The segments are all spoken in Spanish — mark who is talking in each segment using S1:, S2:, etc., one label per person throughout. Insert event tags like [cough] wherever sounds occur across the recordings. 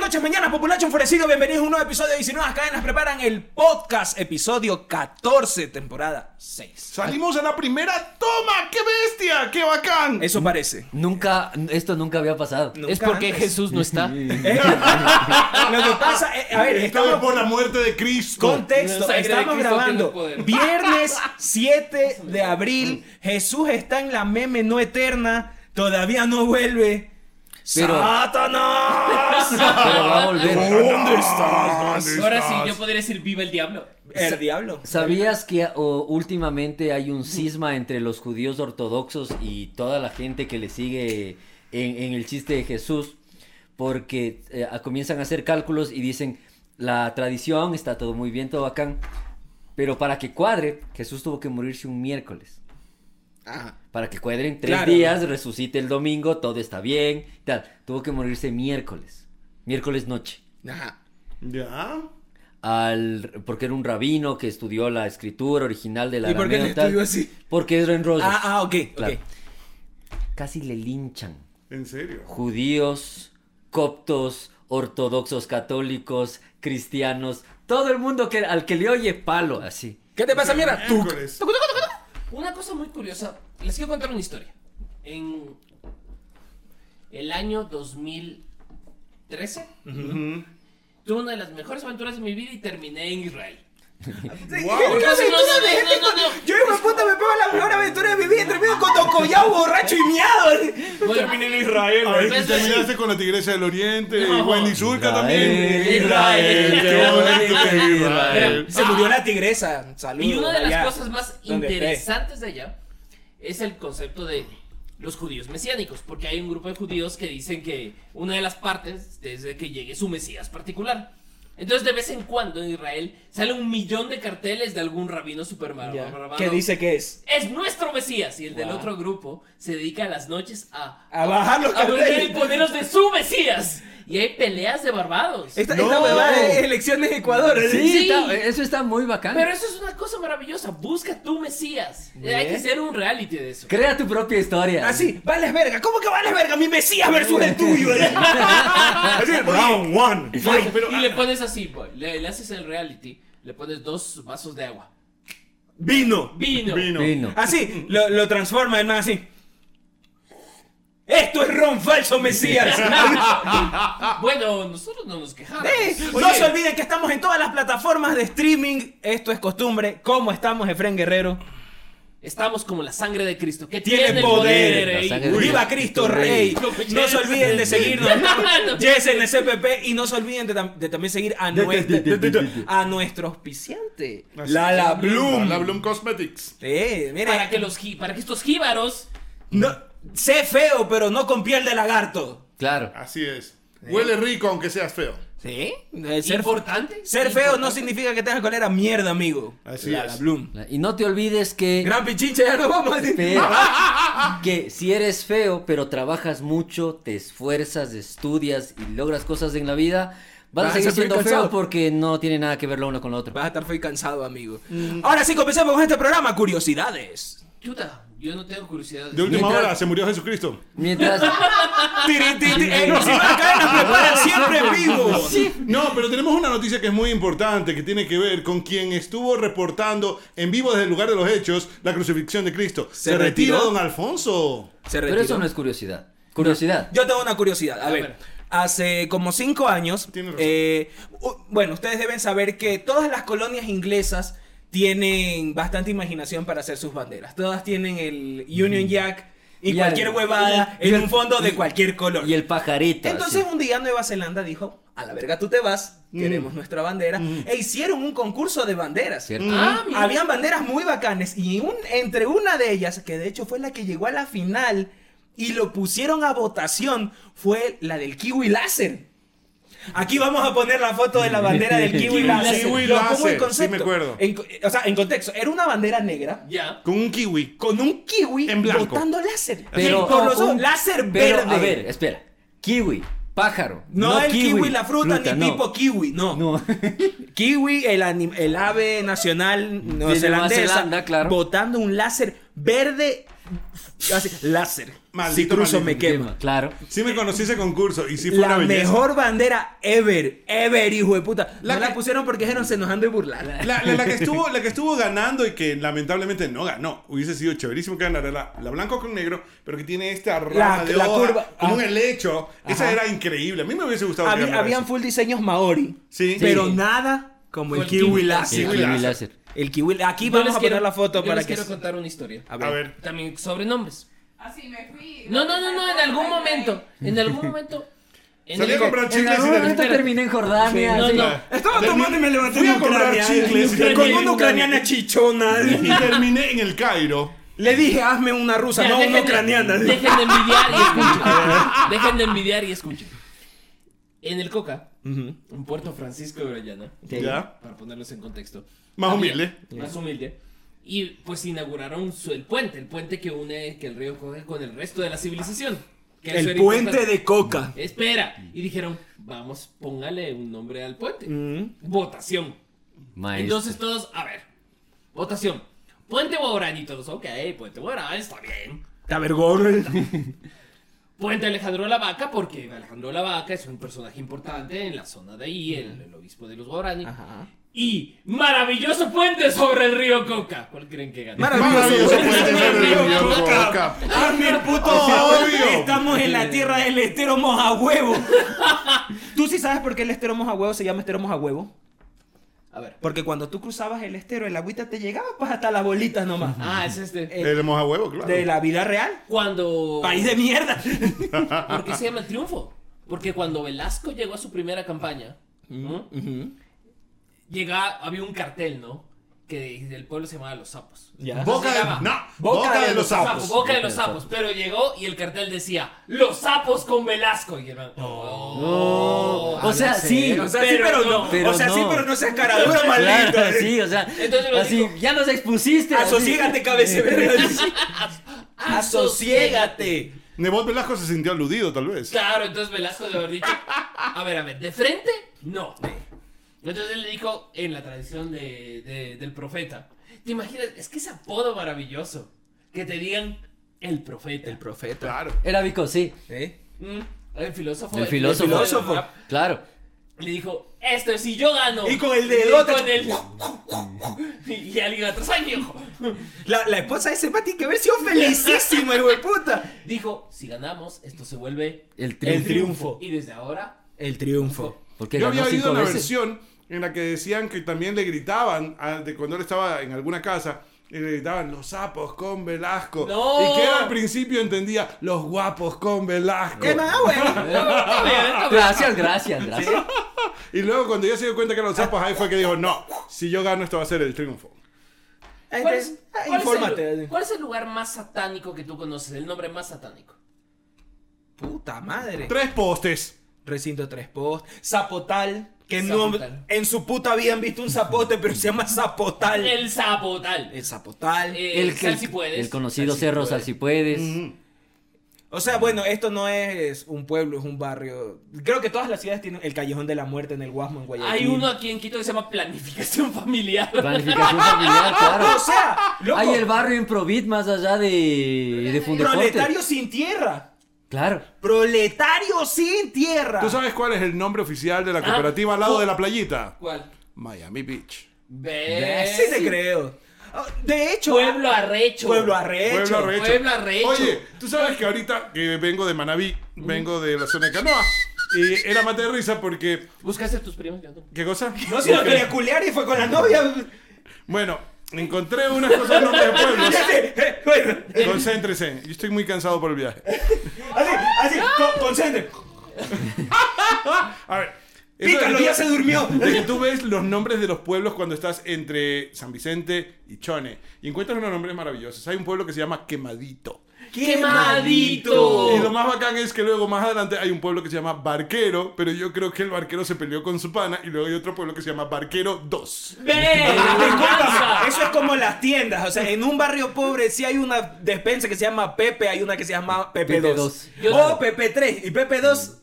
S1: noches, mañana, populacho enfurecido. Bienvenidos a un nuevo episodio de 19 Las Cadenas. Preparan el podcast, episodio 14, temporada 6.
S2: Salimos a la primera toma, qué bestia, qué bacán.
S1: Eso parece.
S3: Nunca, esto nunca había pasado.
S1: Nunca
S3: es Mm. porque
S1: [laughs] antes.
S3: Jesús no está.
S1: Eh, Lo que pasa, eh, a ver,
S2: Estamos
S1: estamos
S2: por la muerte de Cristo.
S1: Contexto,
S3: No, sangre de
S1: estamos
S3: Cristo
S1: grabando
S3: tiene poder.
S1: viernes
S3: [laughs]
S1: 7 de abril. Jesús está en la meme no eterna, todavía no vuelve.
S3: Pero-
S1: ¡Satanás!
S3: Pero va a volver.
S2: ¿Dónde estás? ¿Dónde
S4: Ahora sí,
S2: estás?
S4: yo podría decir viva el diablo.
S1: El diablo.
S3: ¿Sabías que o, últimamente hay un cisma entre los judíos ortodoxos y toda la gente que le sigue en, en el chiste de Jesús? Porque eh, a- comienzan a hacer cálculos y dicen, la tradición está todo muy bien, todo bacán, pero para que cuadre, Jesús tuvo que morirse un miércoles. Para que cuadren tres
S1: Claro.
S3: días, resucite el domingo, todo está bien, tal. Tuvo que morirse miércoles, miércoles noche.
S2: ¿Ya?
S3: al porque era un rabino que estudió la escritura original de la
S1: ¿Y por qué
S3: arameo,
S1: le
S3: tal,
S1: estudió así?
S3: Porque era en Rhodes.
S1: Ah, ah, ok,
S3: Claro.
S1: ok.
S3: Casi le linchan.
S2: ¿En serio?
S3: Judíos, coptos, ortodoxos católicos, cristianos, todo el mundo que al que le oye palo así.
S1: ¿Qué te pasa, mierda? Tú.
S2: Miércoles.
S4: Una cosa muy curiosa, les quiero contar una historia. En el año 2013 tuve una de las mejores aventuras de mi vida y terminé en Israel.
S2: Wow.
S1: ¿Qué
S4: No, no,
S1: aventura
S4: no,
S1: de
S4: no,
S1: gente
S4: no,
S1: con-
S4: no.
S1: Yo, hijo de puta, me pego la mejor aventura de mi vida y termino con Tocollao borracho y miado.
S4: Bueno,
S2: A ver,
S4: Pero
S2: tú
S4: es-
S2: terminaste con la Tigresa del Oriente y
S4: No.
S2: Wendy Zulka
S3: Israel,
S2: también.
S4: Israel,
S2: qué bonito que es
S3: Israel.
S2: Israel.
S1: Se murió la tigresa. Saludos.
S4: Y una de las
S1: allá.
S4: cosas más
S1: ¿Dónde fue?
S4: interesantes de allá es el concepto de los judíos mesiánicos, porque hay un grupo de judíos que dicen que una de las partes es de que llegue su Mesías particular. Entonces de vez en cuando en Israel sale un millón de carteles de algún rabino superman.
S1: Ya.
S4: rabano.
S1: ¿Qué dice que es?
S4: Es nuestro Mesías y el del
S1: Wow.
S4: otro grupo se dedica a las noches a
S1: A bajar los
S4: a
S1: [laughs]
S4: volver
S1: carteles.
S4: y ponerlos de su Mesías. Y hay peleas de barbados.
S1: Esta,
S2: No.
S1: esta huevada es elecciones de Ecuador. ¿eh?
S3: Sí,
S4: Sí.
S3: está- eso está muy bacán.
S4: Pero eso es una cosa maravillosa. Busca tu Mesías. Hay que hacer un reality de eso.
S3: Crea tu propia historia.
S1: Así, Ah, vales verga. ¿Cómo que vales verga? Mi Mesías versus el tuyo. ¿eh?
S2: Así, Round one.
S4: Y
S2: Fight.
S4: le- y
S1: ah,
S4: le pones así, boy, le, le haces el reality, le pones dos vasos
S1: [laughs]
S4: de agua.
S1: Vino.
S4: Vino.
S2: Vino.
S3: Vino.
S1: Así, lo, lo transforma el man así. Esto es ron falso,
S4: [laughs]
S1: Mesías.
S4: Bueno, nosotros no nos quejamos.
S1: Eh, No
S4: Oye,
S1: se olviden que estamos en todas las plataformas de streaming. Esto es costumbre. ¿Cómo estamos, Efren Guerrero?
S4: Estamos como la sangre de Cristo, que
S1: Tiene
S4: tiene,
S1: poder.
S4: poder. eh?
S3: La sangre
S4: ey.
S3: de-
S1: ¡Viva Cristo Rey! No se olviden de seguirnos en CPP y no se olviden de, tam- de también seguir a nuestro, a nuestro auspiciante,
S2: Así.
S1: Lala
S2: La
S1: Bloom.
S2: Bloom Cosmetics.
S1: Eh, mira,
S4: Para que, los, ji- para que estos jíbaros
S1: no, sé feo, pero no con piel de lagarto.
S3: Claro.
S2: Así es. Huele rico aunque seas feo.
S1: ¿Sí?
S4: ser
S1: Eh, Ser,
S4: importante.
S1: ser feo no significa que tengas colera mierda, amigo.
S2: Así
S1: Lala
S2: es.
S1: Bloom.
S3: Y no te olvides que
S1: Gran pichincha, ya nos vamos. [laughs]
S3: Pero que si eres feo, pero trabajas mucho, te esfuerzas, estudias y logras cosas en la vida, vas
S1: Vas a
S3: a seguir
S1: ser
S3: siendo
S1: cansado.
S3: feo porque no tiene nada que ver lo uno con lo otro.
S1: Vas a estar muy cansado, amigo. Ahora sí, comencemos con este programa, curiosidades.
S4: Chuta, yo no tengo curiosidad. Ah,
S2: De última
S3: Mientras-
S2: hora se murió Jesucristo.
S1: [laughs]
S3: Mientras
S1: Tiri, tiri, tiri. Eh, si no, las cadenas preparan siempre en vivo.
S2: No, pero tenemos una noticia que es muy importante, que tiene que ver con quien estuvo reportando en vivo desde el lugar de los hechos la crucifixión de Cristo.
S1: ¿Se
S2: Se, retira
S1: retiró?
S2: don Alfonso.
S1: Se
S3: Pero
S1: retiró.
S3: eso no es curiosidad. Curiosidad.
S1: Yo tengo una curiosidad. A
S4: A
S1: ver,
S4: ver.
S1: hace como cinco años,
S2: Tienes razón.
S1: eh, u- bueno, ustedes deben saber que todas las colonias inglesas tienen bastante imaginación para hacer sus banderas. Todas tienen el Union Jack y,
S3: Y
S1: cualquier
S3: el-
S1: huevada
S3: y
S1: en
S3: el-
S1: un fondo de cualquier color.
S3: Y el pajarito.
S1: Entonces
S3: así.
S1: un día Nueva Zelanda dijo, a la verga tú te vas, queremos nuestra bandera, e hicieron un concurso de banderas.
S3: ¿Cierto?
S4: Ah, mira.
S1: Habían banderas muy bacanes y un- entre una de ellas, que de hecho fue la que llegó a la final y lo pusieron a votación, fue la del kiwi láser. Aquí vamos a poner la foto de la bandera del kiwi
S2: Kiwi
S1: láser.
S2: láser.
S1: Lo pongo
S2: Kiwi
S1: en
S2: láser,
S1: concepto.
S2: sí me acuerdo.
S1: En co- o sea, en contexto, era una bandera negra
S4: Ya.
S2: Con un kiwi.
S1: con un kiwi
S2: En blanco.
S1: botando láser.
S3: Pero
S1: por los ojos,
S3: un-
S1: láser
S3: pero,
S1: verde.
S3: A ver, espera. Kiwi, pájaro.
S1: No, el kiwi, la fruta, ni
S3: no.
S1: tipo kiwi, no.
S3: No. [laughs]
S1: Kiwi, el, anim- el ave nacional neozelandesa,
S3: Zelanda, claro.
S1: botando un láser verde Yo así, láser.
S2: Maldito,
S1: si cruzo me
S2: maldito.
S1: quema.
S3: Claro.
S2: Sí me conocí ese concurso y sí fue
S1: La
S2: una belleza.
S1: mejor bandera ever, ever, hijo de puta.
S2: La
S1: no
S2: que-
S1: la pusieron porque dijeron se nos han de burlar. [laughs]
S2: La, la- la que estuvo, la que estuvo ganando y que lamentablemente no ganó. Hubiese sido chéverísimo que ganara la, la blanco con negro, pero que tiene esta rama de
S1: la
S2: hoja,
S1: curva. ah.
S2: como un
S1: Ajá.
S2: helecho. Esa era increíble. A mí me hubiese gustado
S1: Habí-
S2: que ganara
S1: habían
S2: eso.
S1: full diseños maori,
S2: Sí.
S1: pero
S4: Sí.
S1: nada como el,
S4: Fue el
S1: kiwi,
S4: kiwi.
S1: láser.
S2: El
S3: El
S2: kiwi
S3: kiwi
S2: láser.
S3: láser.
S1: El kiwi. Aquí
S4: Yo
S1: vamos
S4: les
S1: a
S4: quiero-
S1: poner la foto
S4: yo
S1: para
S4: les
S1: que.
S4: quiero contar una historia.
S1: A
S2: A ver.
S4: También sobre nombres.
S5: Así me fui.
S4: No, no, no, no, en algún momento. En algún momento. En
S2: Salí a
S4: algún-
S2: comprar
S4: en
S2: chicles y
S4: algún
S2: de-
S4: momento terminé.
S3: en Jordania.
S4: Sí, no,
S3: sí.
S4: no.
S1: Estaba
S2: Terminé-
S1: tomando y me levanté
S2: fui
S1: en
S2: a comprar
S1: Ucrania,
S2: chicles y
S1: con
S4: terminé-
S1: una ucraniana chichona.
S2: Y terminé en el Cairo.
S1: Le dije, hazme una rusa,
S4: Ya,
S1: no una
S4: dejen de-
S1: ucraniana.
S4: Dejen de envidiar y
S1: [laughs]
S4: escuchen. Dejen de envidiar y escuchen. En el Coca,
S1: Ujú. ¿Ah?
S4: en Puerto Francisco de Orellana,
S2: ¿Ya?
S4: para ponerlos en contexto.
S2: Más
S4: había-
S2: humilde.
S4: Más humilde. Y pues inauguraron su- el puente, el puente que une, que el río coge con el resto de la civilización. que eso
S1: El
S4: era
S1: puente
S4: importante.
S1: de coca.
S4: Espera. Y dijeron, vamos, póngale un nombre al puente.
S1: Mm.
S4: Votación.
S3: Maestro.
S4: Entonces todos, a ver. Votación. Puente Bobrán y todos, ok, Puente Bobrán, está bien.
S1: Tabergor.
S4: Puente Alejandro la Vaca, porque Alejandro la Vaca es un personaje importante en la zona de ahí, el, el obispo de los Guarani.
S1: Ajá.
S4: Y maravilloso puente sobre el río Coca. ¿Cuál creen que gana?
S2: Maravilloso puente sobre el río
S1: Coca.
S2: Coca.
S1: Hazme el puto
S2: O sea, obvio.
S1: obvio. Estamos en la tierra del estero moja huevo. [laughs] ¿Tú sí sabes por qué el estero moja huevo se llama estero moja huevo?
S4: A ver.
S1: Porque cuando tú cruzabas el estero, el agüita te llegaba pues hasta las bolitas nomás.
S4: Ah, es este.
S1: Eh,
S2: El moja huevo, claro.
S1: de la vida real.
S4: Cuando.
S1: País de mierda.
S4: ¿Por qué se llama triunfo? Porque cuando Velasco llegó a su primera campaña, ¿no? llega, había un cartel, ¿no? Que del pueblo se llamaba Los Sapos.
S1: Ya.
S2: Boca de,
S4: Llegaba.
S2: no, boca,
S1: Boca
S2: de
S1: de
S2: los sapos.
S4: Sapo, boca de los sapos. Pero llegó y el cartel decía: Los sapos con Velasco. Y hermano.
S3: Oh. O sea, sí.
S1: O sea, [laughs] sí, pero no.
S3: Pero
S1: o sea, sí,
S3: no.
S1: pero no seas caradura,
S3: Claro,
S1: maldito.
S2: eh.
S3: sí, o sea,
S4: Entonces lo
S3: así,
S4: digo.
S3: ya nos expusiste. así.
S1: Asociégate, cabeza.
S4: [laughs] Asociégate.
S2: Nebot Velasco se sintió aludido, tal vez.
S4: Claro, entonces Velasco debe haber dicho: A ver, a ver, ¿de frente? No. Entonces él le dijo en la tradición de, de- del profeta: ¿Te imaginas? Es que ese apodo maravilloso. Que te digan el profeta.
S1: El profeta.
S2: Claro.
S3: Era Vico, sí.
S1: ¿Eh?
S4: Mm, el filósofo.
S3: El filósofo.
S4: del
S1: filósofo.
S4: rap,
S3: Claro.
S4: Le dijo: Esto es si yo gano.
S1: Y con el
S4: Y
S1: dedote.
S4: con el. [laughs] y, y alguien atrás, ¡ay, viejo!
S1: La, la esposa de ese man tiene que haber sido felicísima, hijo de puta.
S4: Dijo, si ganamos, esto se vuelve
S3: El triunfo.
S1: El triunfo.
S4: Y desde ahora, [laughs]
S1: El triunfo.
S3: Porque
S2: Yo
S3: ganó
S2: había oído
S3: cinco
S2: una
S3: veces.
S2: versión en la que decían que también le gritaban, a- de cuando él estaba en alguna casa, y le gritaban los sapos con Velasco.
S4: ¡No!
S2: Y que él al principio entendía los guapos con Velasco.
S1: ¿Qué más, güey?
S3: Gracias, gracias, gracias.
S2: Y luego cuando ya se dio cuenta que eran los sapos, ahí fue que dijo, no, si yo gano esto va a ser el triunfo.
S4: ¿cuál es,
S1: Ah,
S4: cuál es
S1: Infórmate.
S4: el, cuál es el lugar más satánico que tú conoces? El nombre más satánico.
S1: Puta madre.
S2: Tres postes.
S1: Recinto Tres Post. Zapotal. Que
S4: Zapotal.
S1: no en su puta habían visto un zapote, pero se llama Zapotal. El,
S4: El Zapotal.
S1: Zapotal.
S4: Eh, el Sal si puedes.
S3: el conocido
S4: Sal si
S3: Cerro
S4: puedes.
S3: Sal si puedes.
S1: O sea, bueno, esto no es un pueblo, es un barrio. Creo que todas las ciudades tienen el Callejón de la Muerte en el Guasmo, en Guayaquil.
S4: Hay uno aquí en Quito que se llama Planificación Familiar.
S3: Planificación familiar,
S2: [laughs]
S3: claro.
S1: ¡Ah! O sea, loco,
S3: Hay el barrio Improvid más allá de, de Fundeporte.
S1: proletario sin tierra.
S3: Claro.
S1: Proletario sin tierra.
S2: ¿Tú sabes cuál es el nombre oficial de la cooperativa al lado de la playita?
S4: [laughs] ¿Cuál?
S2: Miami Beach.
S4: ¿Ves?
S1: Sí te creo. Ah, De hecho,
S4: Pueblo Arrecho.
S1: Pueblo Arrecho.
S2: Pueblo Arrecho.
S4: Pueblo Arrecho.
S2: Oye, tú sabes que ahorita que vengo de Manabí, vengo de la zona de Canoa, y era mate de risa porque...
S4: ¿Buscaste a tus primos?
S1: [laughs]
S4: Leandro?
S2: ¿Qué cosa?
S1: No se lo quería culear y fue con la novia.
S2: Bueno, encontré unas cosas nombres de pueblos.
S1: Ya sé, eh, bueno.
S2: Concéntrese, yo estoy muy cansado por el viaje.
S1: Así, así, con- concentre.
S2: A ver. eso de
S1: Pícalo,
S2: que tú-
S1: ya se durmió.
S2: De que tú ves los nombres de los pueblos cuando estás entre San Vicente y Chone. Y encuentras unos nombres maravillosos. Hay un pueblo que se llama Quemadito.
S4: ¡Quemadito!
S2: Y lo más bacán es que luego más adelante hay un pueblo que se llama Barquero, pero yo creo que el barquero se peleó con su pana. Y luego hay otro pueblo que se llama Barquero 2.
S4: ¡Ve!
S1: Discúlpame,
S4: ¡Venganza!
S1: eso es como las tiendas. O sea, en un barrio pobre sí hay una despensa que se llama Pepe, hay una que se llama Pepe 2.
S3: Pepe dos.
S1: O Pepe 3. Y Pepe 2,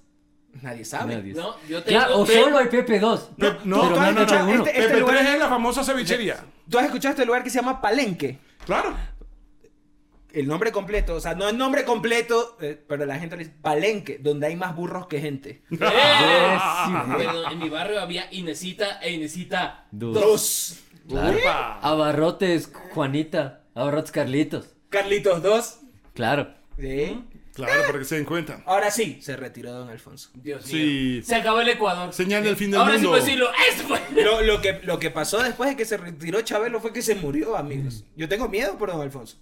S1: nadie sabe.
S3: Nadie.
S4: No, yo tengo...
S3: Claro, o
S4: Ve-
S3: solo hay Pepe 2.
S2: Pe- no,
S1: ¿tú
S3: pero
S1: has
S3: no, no,
S1: escuchado
S3: no, uno.
S1: este, este
S2: Pepe
S1: lugar,
S2: 3 es la famosa cevichería.
S1: ¿Tú has escuchado este lugar que se llama Palenque?
S2: Claro.
S1: el nombre completo, o sea, no el nombre completo, eh, pero la gente le dice Palenque, donde hay más burros que gente.
S2: este-
S4: ¡Eh! Bueno, en mi barrio había Inesita e Inesita
S3: Dos.
S1: Dos.
S3: Claro.
S4: Upa.
S3: Abarrotes, Juanita. Abarrotes, Carlitos.
S1: Carlitos, dos.
S3: Claro.
S1: Sí.
S2: Claro, para que se den cuenta.
S1: Ahora sí, se retiró Don Alfonso.
S4: Dios
S2: Sí.
S4: mío. Se acabó el Ecuador.
S2: Señal del fin del
S4: Ahora
S2: mundo.
S4: sí puedo decirlo. ¡Eso fue!
S1: Lo, lo que, lo que pasó después de que se retiró Chabelo fue que se murió, amigos. Yo tengo miedo por Don Alfonso.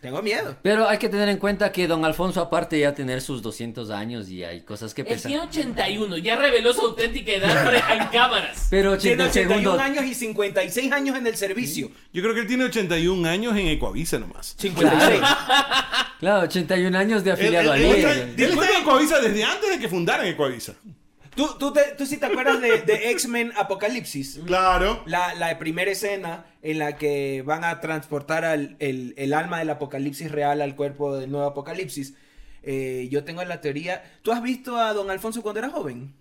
S1: Tengo miedo.
S3: Pero hay que tener en cuenta que don Alfonso, aparte de ya tener sus 200 años y hay cosas que
S4: Él
S3: pesan.
S4: tiene 81, ya reveló su auténtica edad pre- en cámaras.
S3: Pero
S1: Tiene
S3: 80
S1: 81
S3: segundos.
S1: años y 56 años en el servicio.
S2: Yo creo que él tiene 81 años en Ecuavisa nomás.
S1: 56.
S3: Claro, 81 años de
S2: Él, él-
S3: afiliado a
S2: él está-
S3: Liga.
S2: él está en Ecuavisa desde antes de que fundaran Ecuavisa.
S1: ¿Tú, tú, te- tú sí te acuerdas de, de X-Men Apocalipsis?
S2: Claro.
S1: La, la primera escena en la que van a transportar al, el, el alma del apocalipsis real al cuerpo del nuevo apocalipsis. Eh, yo tengo la teoría. ¿Tú has visto a don Alfonso cuando era joven?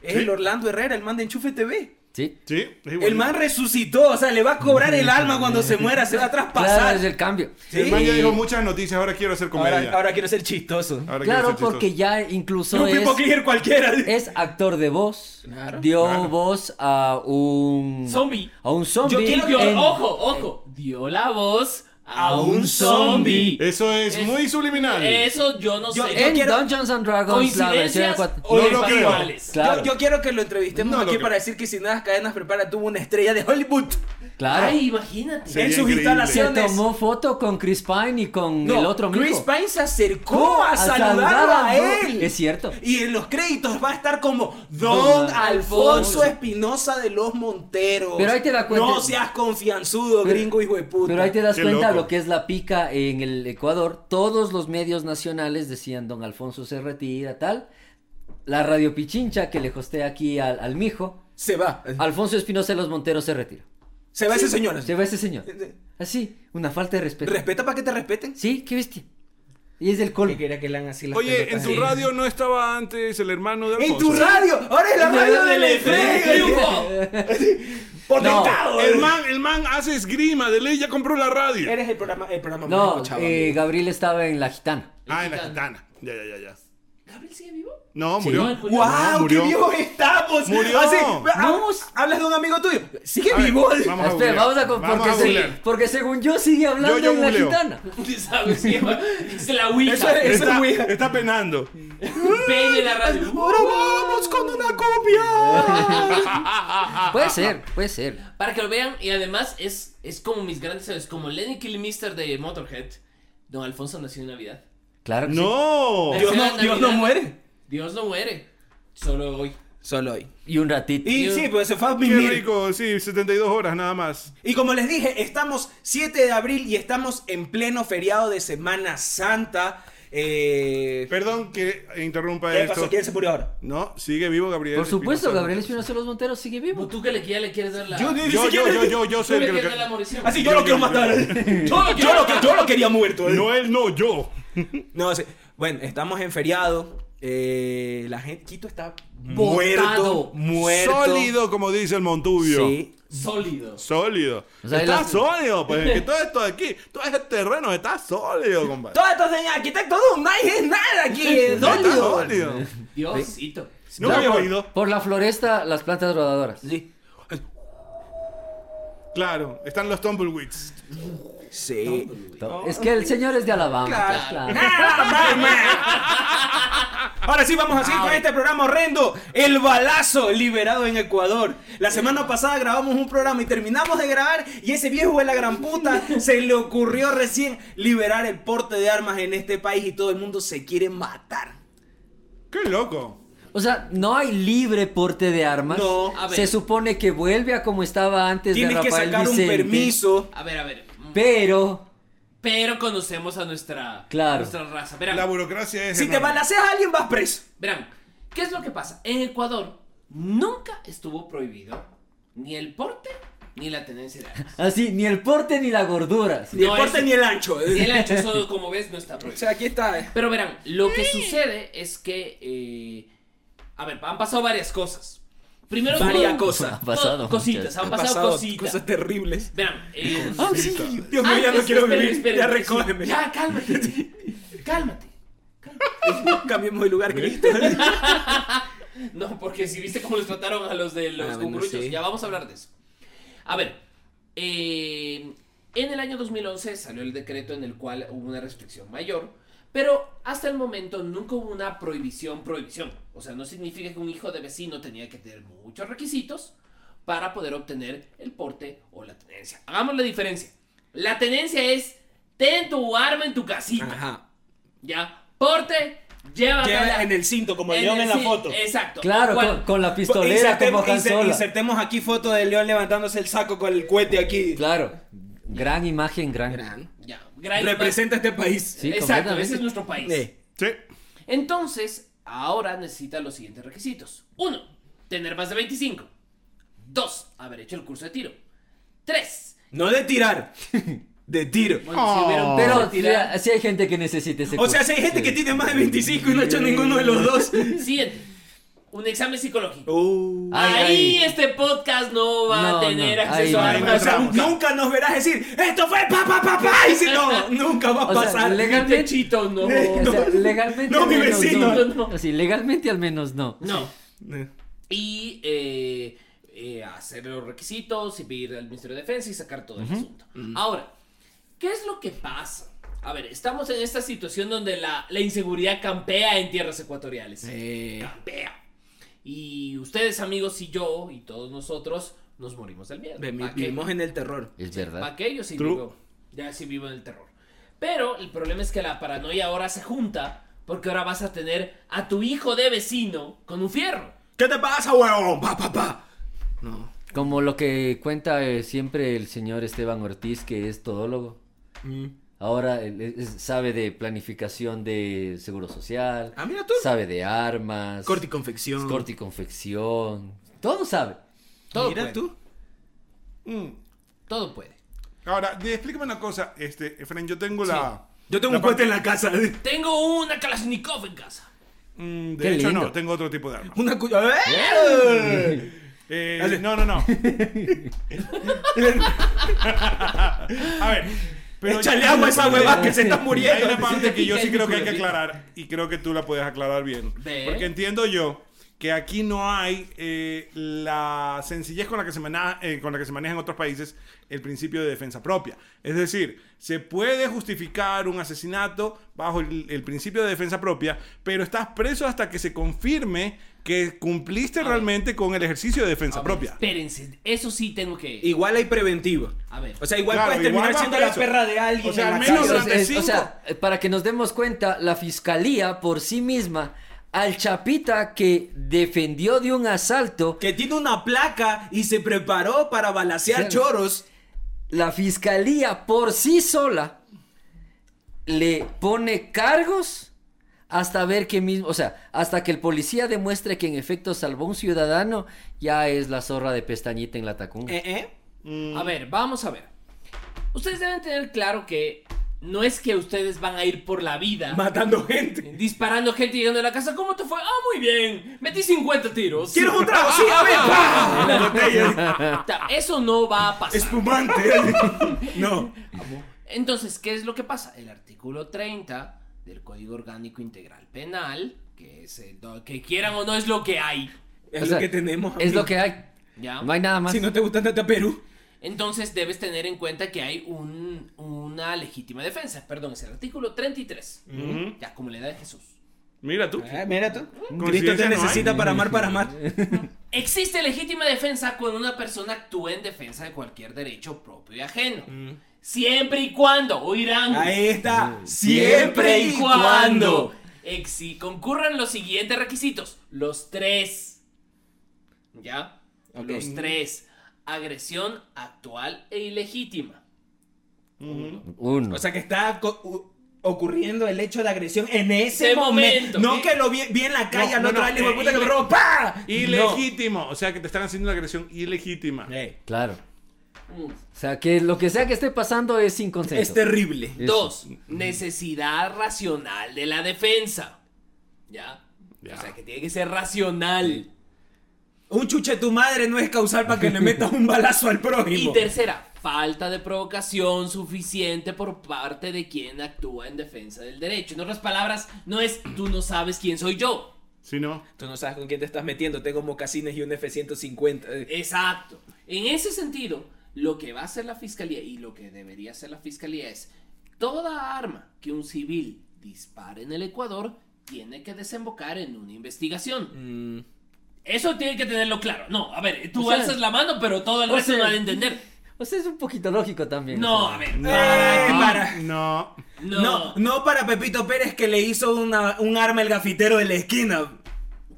S1: Es
S2: Sí.
S1: el Orlando Herrera, el man de Enchufe TV.
S3: Sí.
S2: Sí. es igual.
S1: El man resucitó, o sea, le va a cobrar el alma cuando se muera, se va a
S3: Claro,
S1: traspasar.
S3: es el cambio.
S1: Sí.
S2: El man ya
S3: Eh,
S2: dijo muchas noticias, ahora quiero hacer comedia.
S1: ahora, ahora quiero ser chistoso.
S2: Ahora quiero
S3: Claro,
S2: ser chistoso.
S3: porque ya incluso
S1: Un
S3: Ah. es,
S1: Pipo Clear cualquiera.
S3: es actor de voz.
S1: Claro.
S3: dio
S2: Claro.
S3: voz a un
S4: Zombie.
S3: A un zombie.
S1: Yo quiero
S4: Dio-
S3: en-
S4: Ojo, ojo. Dio la voz a un zombie.
S2: Eso es,
S4: Es-
S2: muy subliminal.
S4: Eso yo no
S1: Yo-
S4: sé.
S1: eh,
S3: en
S1: quiero-
S3: Dungeons and Dragons, la versión de
S4: Coincidencias
S3: cuatro-
S4: o
S2: No lo creo.
S4: desiguales.
S3: Claro.
S1: Yo, yo quiero que lo entrevistemos
S2: No lo
S1: aquí
S2: creo.
S1: para decir que si nuevas cadenas prepara tuvo una estrella de Hollywood
S3: Claro.
S4: Ay, imagínate.
S2: Sí. Sería
S1: en sus
S2: increíble.
S3: se
S1: instalaciones.
S3: tomó foto con Chris Pine y con
S1: No,
S3: el otro mico.
S1: Chris Pine se acercó a, saludar a
S3: dos.
S1: él.
S3: Es cierto.
S1: Y en los créditos va a estar como Don
S3: Don
S1: Alfonso
S3: Alfonso.
S1: Espinosa de los Monteros.
S3: Pero ahí te da cuenta-
S1: No seas confianzudo,
S3: Pero-
S1: gringo hijo de puta.
S3: Pero ahí te das
S2: Qué
S3: cuenta
S2: loco.
S3: lo que es la pica en el Ecuador. Todos los medios nacionales decían Don Alfonso se retira, tal. La radio Pichincha que le hostea aquí al, al mijo.
S1: Se va.
S3: Alfonso Espinosa de los Monteros se retira.
S1: Se va ese señor.
S3: Ah, Se va ese señor. Así, una falta de respeto.
S1: Respeta para que te respeten.
S3: sí, qué bestia. Y es del colmo.
S1: quería que le hagan así las
S2: Oye, en
S1: pelotas
S2: tu
S1: ahí.
S2: radio no estaba antes el hermano de Alfonso.
S1: ¡En tu radio! ¡Ahora es la radio del
S4: ¿Qué
S1: Efraín!
S4: hubo?
S1: ¡Potentado!
S2: El man, el man hace esgrima de ley, ya compró la radio.
S1: Eres el programa, el programa más
S3: No,
S1: escuchado,
S3: eh,
S1: amigo.
S3: Gabriel estaba en La Gitana.
S2: Ah, en la gitana. Ya, ya, ya, ya.
S4: ¿Gabriel sigue vivo?
S2: No,
S3: Sí.
S2: murió.
S4: No, el-
S1: ¡Guau!
S2: No, Pues murió.
S1: ¡Qué viejos estamos!
S2: Murió.
S1: Así, ha-
S3: Vamos.
S1: Hablas de un amigo tuyo. ¡Sigue
S2: A ver,
S1: vivo!
S2: vamos a
S3: Ah, Espera,
S2: googlear.
S3: vamos a con-
S2: Vamos
S3: porque,
S2: a
S3: se-
S2: googlear.
S3: porque según yo sigue hablando
S2: Yo- yo
S3: en La
S2: googleo.
S3: Gitana.
S4: ¿Tú [laughs] sabes qué va? Es la Ouija.
S1: Eso es-
S2: Está,
S1: muy- [laughs]
S2: está penando.
S4: Ven en la radio.
S1: ¡Ahora vamos con una copia!
S2: Ah,
S3: Puede ser, puede ser.
S4: Para que lo vean, y además es, es como mis grandes héroes, como Lenny Killmister de Motorhead. Don Alfonso nació en Navidad.
S3: Claro que sí.
S2: [laughs] No.
S1: Dios no, Dios no muere.
S4: Dios no muere. Solo hoy.
S1: Solo hoy.
S3: Y un ratito.
S1: Y sí, pues se fue a
S2: Qué
S1: mimir.
S2: rico, sí, 72 horas nada más.
S1: Y como les dije, estamos 7 de abril y estamos en pleno feriado de Semana Santa. Eh,
S2: Perdón que interrumpa
S1: ¿Qué
S2: esto.
S1: pasó? ¿Quién se murió ahora?
S2: No, sigue vivo Gabriel.
S3: Por supuesto,
S2: Espinosa.
S3: Gabriel Espinosa de los Monteros sigue vivo.
S4: Tú que le, ya le quieres dar la.
S1: Yo-
S4: Tú
S2: Yo, yo, yo, yo, yo soy
S4: le
S2: el que
S4: quieres dar la
S2: lo
S4: morición.
S1: Así Ah, yo, lo quiero matar. [laughs] yo, lo, que- yo lo quería muerto. eh.
S2: No él, no yo.
S1: No, sí. Bueno, estamos en feriado. Eh, la gente. Quito está muerto.
S4: Botado.
S1: Muerto.
S2: Sólido, como dice el Montubio.
S1: Sí.
S4: Sólido.
S2: Sólido.
S3: O sea,
S2: está
S3: las-
S2: sólido, pues que todo esto de aquí, todo este terreno está sólido, compadre.
S1: Todo esto, señor arquitecto Doom. No hay nada aquí. es
S2: Está
S1: Sólido.
S2: sólido.
S4: Diosito.
S2: No
S3: Claro,
S2: me había
S3: por-
S2: oído.
S3: Por la floresta, las plantas rodadoras.
S1: Sí.
S2: Claro, están los tumbleweeds.
S1: Sí.
S3: Es que el señor es de Alabama. pues,
S1: Claro.
S3: claro.
S1: Ahora sí vamos a
S4: Ah,
S1: seguir con este programa horrendo, El Balazo, liberado en Ecuador. La semana pasada grabamos un programa y terminamos de grabar y ese viejo de la gran puta se le ocurrió recién liberar el porte de armas en este país y todo el mundo se quiere matar.
S2: Qué loco.
S3: O sea, no hay libre porte de armas.
S1: No.
S4: A ver.
S3: Se supone que vuelve a como estaba antes de
S1: Tienes que
S3: Rafael
S1: sacar un
S3: Vicente,
S1: permiso.
S4: A ver, a ver.
S3: Pero,
S4: Pero conocemos a nuestra,
S3: Claro.
S4: nuestra raza. Verán,
S2: La burocracia es.
S1: Si te
S2: enorme.
S1: balaceas a alguien vas preso.
S4: verán, ¿qué es lo que pasa? En Ecuador nunca estuvo prohibido ni el porte ni la tenencia de
S2: [laughs]
S4: armas.
S3: así, ni el porte ni la gordura. así.
S1: Ni
S4: No,
S1: el porte
S4: ese-
S1: ni el ancho.
S4: Ni el ancho, eso como ves no está
S1: O
S4: prohibido.
S1: sea, aquí está. eh.
S4: Pero verán, lo que sucede es que. eh, a ver, han pasado varias cosas. Primero
S1: Varia
S4: todo-
S1: cosa.
S3: Ha pasado
S4: todo- cositas,
S3: muchas.
S4: han pasado, cositas.
S1: cosas terribles.
S4: Verán, eh,
S1: Dios mío, ya no
S4: antes-
S1: quiero
S4: esperen,
S1: vivir. ya
S4: esperen, esperen.
S1: recógeme.
S4: Ya, cálmate. Cálmate.
S1: Cambiemos de lugar, Cristo.
S4: No, porque si viste cómo los trataron a los de los
S1: Ah, bueno,
S4: cucuruchos,
S1: sí.
S4: ya vamos a hablar de eso. A ver, eh, en el año 2011 salió el decreto en el cual hubo una restricción mayor, pero hasta el momento nunca hubo una prohibición, prohibición. O sea, no significa que un hijo de vecino tenía que tener muchos requisitos para poder obtener el porte o la tenencia. Hagamos la diferencia. La tenencia es, ten tu arma en tu casita.
S1: Ajá.
S4: Ya, porte, llévatela.
S1: Lleva en el cinto, como el
S4: En
S1: león
S4: el eh,
S1: en la
S4: sí,
S1: foto.
S4: Exacto.
S3: Claro,
S4: ¿Cuál?
S3: con, con la pistolera como
S1: Insertemos,
S3: Han
S1: inser-
S3: Solo.
S1: insertemos aquí foto del león levantándose el saco con el cohete aquí.
S3: Claro. Gran imagen, gran.
S4: Ya, gran-
S1: Representa este país.
S3: Sí,
S4: Exacto,
S3: completamente.
S4: ese es nuestro país.
S1: Eh.
S2: Sí.
S4: Entonces, ahora necesita los siguientes requisitos. Uno, tener más de 25. Dos, haber hecho el curso de tiro. Tres,
S1: No de tirar, de
S3: [laughs]
S1: tiro.
S4: bueno, si hubieron
S3: Oh. Pero sí,
S4: tirar.
S3: sí hay gente que necesita ese
S1: O sea,
S3: curso.
S1: si hay gente
S3: Sí.
S1: que tiene más de 25 y no ha hecho ninguno de los dos.
S4: Siguiente, un examen psicológico.
S1: Uh.
S3: Ay,
S4: ahí
S3: ay.
S4: este podcast no va
S3: No,
S4: a tener
S3: no,
S4: acceso
S3: ahí
S4: a
S3: no.
S1: O
S4: armas.
S1: sea,
S2: Vamos.
S1: nunca nos verás decir, esto fue pa, pa, pa, pa", Y si no, nunca va a
S3: O sea,
S1: pasar.
S3: le-
S4: Déjate
S3: [laughs]
S4: chito, no.
S3: O sea, legalmente.
S1: [laughs] No,
S3: al
S1: mi
S3: menos
S1: vecino.
S3: [laughs] No. Así, legalmente al menos no.
S4: No.
S1: Eh,
S4: y eh, eh, hacer los requisitos y pedir al Ministerio de Defensa y sacar todo el asunto. Ahora, ¿qué es lo que pasa? A ver, estamos en esta situación donde la, la inseguridad campea en tierras ecuatoriales. Campea. Y ustedes, amigos, y yo, y todos nosotros, nos morimos del miedo.
S1: ve, mi-
S4: ¿Pa' qué?
S1: Vivimos en el terror.
S3: Es
S4: ¿Para
S3: verdad.
S4: qué? Yo sí
S2: True.
S4: vivo. Ya sí vivo en el terror. Pero el problema es que la paranoia ahora se junta porque ahora vas a tener a tu hijo de vecino con un fierro.
S1: ¿Qué te pasa, huevón? Pa, pa, pa. No.
S3: Como lo que cuenta eh, siempre el señor Esteban Ortiz, que es todólogo.
S1: Mm.
S3: Ahora él es- sabe de planificación de seguro social.
S1: Ah, mira tú.
S3: Sabe de armas.
S1: Corte y confección.
S3: Corte y confección. Todo sabe.
S4: Todo pues.
S1: Mira
S4: puede.
S1: tú.
S2: Mm.
S4: Todo puede.
S2: Ahora, di- explícame una cosa, este, Efren, yo tengo la.
S1: Yo tengo
S2: la
S1: un
S2: par-
S1: cohete en la casa.
S4: Tengo una Kalashnikov en casa.
S2: Mm, de
S3: Qué
S2: hecho,
S3: lindo.
S2: no, tengo otro tipo de arma.
S1: Una cuya. ¡Eh!
S2: Eh,
S1: Dale.
S2: no, no, no. A ver. pero
S1: Échale
S2: yo-
S1: agua a esa hueva que se está
S2: Hay
S1: muriendo.
S2: una parte que yo sí
S4: Pica
S2: creo
S4: el
S2: que hay que
S4: culo.
S2: aclarar y creo que tú la puedes aclarar bien.
S4: Ve.
S2: Porque entiendo yo que aquí no hay eh, la sencillez con la, que se maneja, eh, con la que se maneja en otros países el principio de defensa propia. Es decir, se puede justificar un asesinato bajo el, el principio de defensa propia, pero estás preso hasta que se confirme que cumpliste
S4: ver.
S2: realmente con el ejercicio de defensa
S4: A ver,
S2: propia.
S4: Espérense, eso sí tengo que.
S1: Igual hay preventivo.
S4: A ver.
S1: O sea, igual
S2: Claro,
S1: puedes
S2: igual
S1: terminar
S2: va
S1: siendo la
S2: preso.
S1: perra de alguien.
S2: O sea,
S1: en
S2: al
S1: la
S2: menos
S1: calle.
S3: Entonces,
S2: durante
S3: es- o
S2: cinco.
S3: sea, eh, para que nos demos cuenta, la fiscalía por sí misma al chapita que defendió de un asalto,
S1: que tiene una placa y se preparó para balasear
S3: Sí.
S1: choros.
S3: la fiscalía por sí sola le pone cargos hasta ver que mismo, o sea, hasta que el policía demuestre que en efecto salvó a un ciudadano, ya es la zorra de pestañita en la tacunga.
S1: Eh, eh.
S4: A ver, vamos a ver. Ustedes deben tener claro que no es que ustedes van a ir por la vida
S1: Matando gente.
S4: disparando gente llegando a la casa. ¿Cómo te fue? Ah, muy bien. Metí 50 tiros.
S1: ¿Quieres un trago? Sí, a ver. ¡pah!
S4: [laughs]
S1: La botella.
S4: Ta- Eso no va a
S2: [laughs]
S4: pasar.
S1: Espumante. No.
S4: Entonces, ¿qué es lo que pasa? El artículo 30 del Código Orgánico Integral Penal, que es el do- que quieran o no es lo que hay.
S1: Es
S3: O
S1: lo
S3: sea,
S1: que tenemos.
S3: Es
S1: amigo.
S3: lo que hay.
S4: ¿ya?
S3: No hay nada más.
S1: Si no te gusta, andate a Perú.
S4: Entonces debes tener en cuenta que hay un- una legítima defensa. Perdón, es el artículo 33.
S2: Ujú.
S4: Ya, como la edad de Jesús.
S2: Mira tú.
S1: mira tú. Cristo
S2: Coincidencia
S1: te
S2: no hay.
S1: necesita para amar, para amar.
S4: Existe legítima defensa cuando una persona actúa en defensa de cualquier derecho propio y ajeno.
S1: Mm.
S4: Siempre y cuando, oirán.
S1: Ahí está. Siempre y cuando.
S4: Exi concurran los siguientes requisitos. Los tres. ¿Ya?
S1: Ok.
S4: Los tres. Agresión actual e ilegítima.
S3: Uno.
S1: O sea que está co- u- ocurriendo el hecho de agresión en ese
S4: Ese
S1: momento.
S4: momento.
S1: No que lo vi, vi en la calle
S2: No,
S1: al
S2: no,
S1: otro
S2: no,
S1: alguien,
S2: eh,
S1: puta que me
S2: ile-
S1: robó. ¡Pah!
S2: Ilegítimo. O sea que te están haciendo una agresión ilegítima.
S1: Ey,
S3: Claro.
S4: Mm.
S3: O sea, que lo que sea que esté pasando es sin consentimiento.
S1: Es mm, terrible.
S3: Eso.
S4: Dos, necesidad racional de la defensa. ¿Ya?
S2: Ya.
S4: O sea, que tiene que ser racional.
S1: Un chuche tu madre no es causal para que le metas un balazo al prójimo.
S4: Y tercera, falta de provocación suficiente por parte de quien actúa en defensa del derecho. En otras palabras, no es tú no sabes quién soy yo.
S2: Si no,
S1: Tú no sabes con quién te estás metiendo. Tengo mocasines y un F-150. eh.
S4: Exacto. En ese sentido, lo que va a hacer la fiscalía y lo que debería hacer la fiscalía es toda arma que un civil dispare en el Ecuador tiene que desembocar en una investigación.
S1: Mm.
S4: Eso tiene que tenerlo claro. No, a ver, tú
S3: O sea,
S4: alzas la mano, pero todo el
S3: o
S4: resto
S3: sea,
S4: no va a entender.
S3: O sea, es un poquito lógico también.
S4: No,
S3: o sea.
S4: a ver. Ah,
S2: no,
S1: Eh, para.
S2: ah,
S1: [laughs]
S2: no.
S4: No.
S1: No, no para Pepito Pérez que le hizo una- un arma el gafitero de la esquina.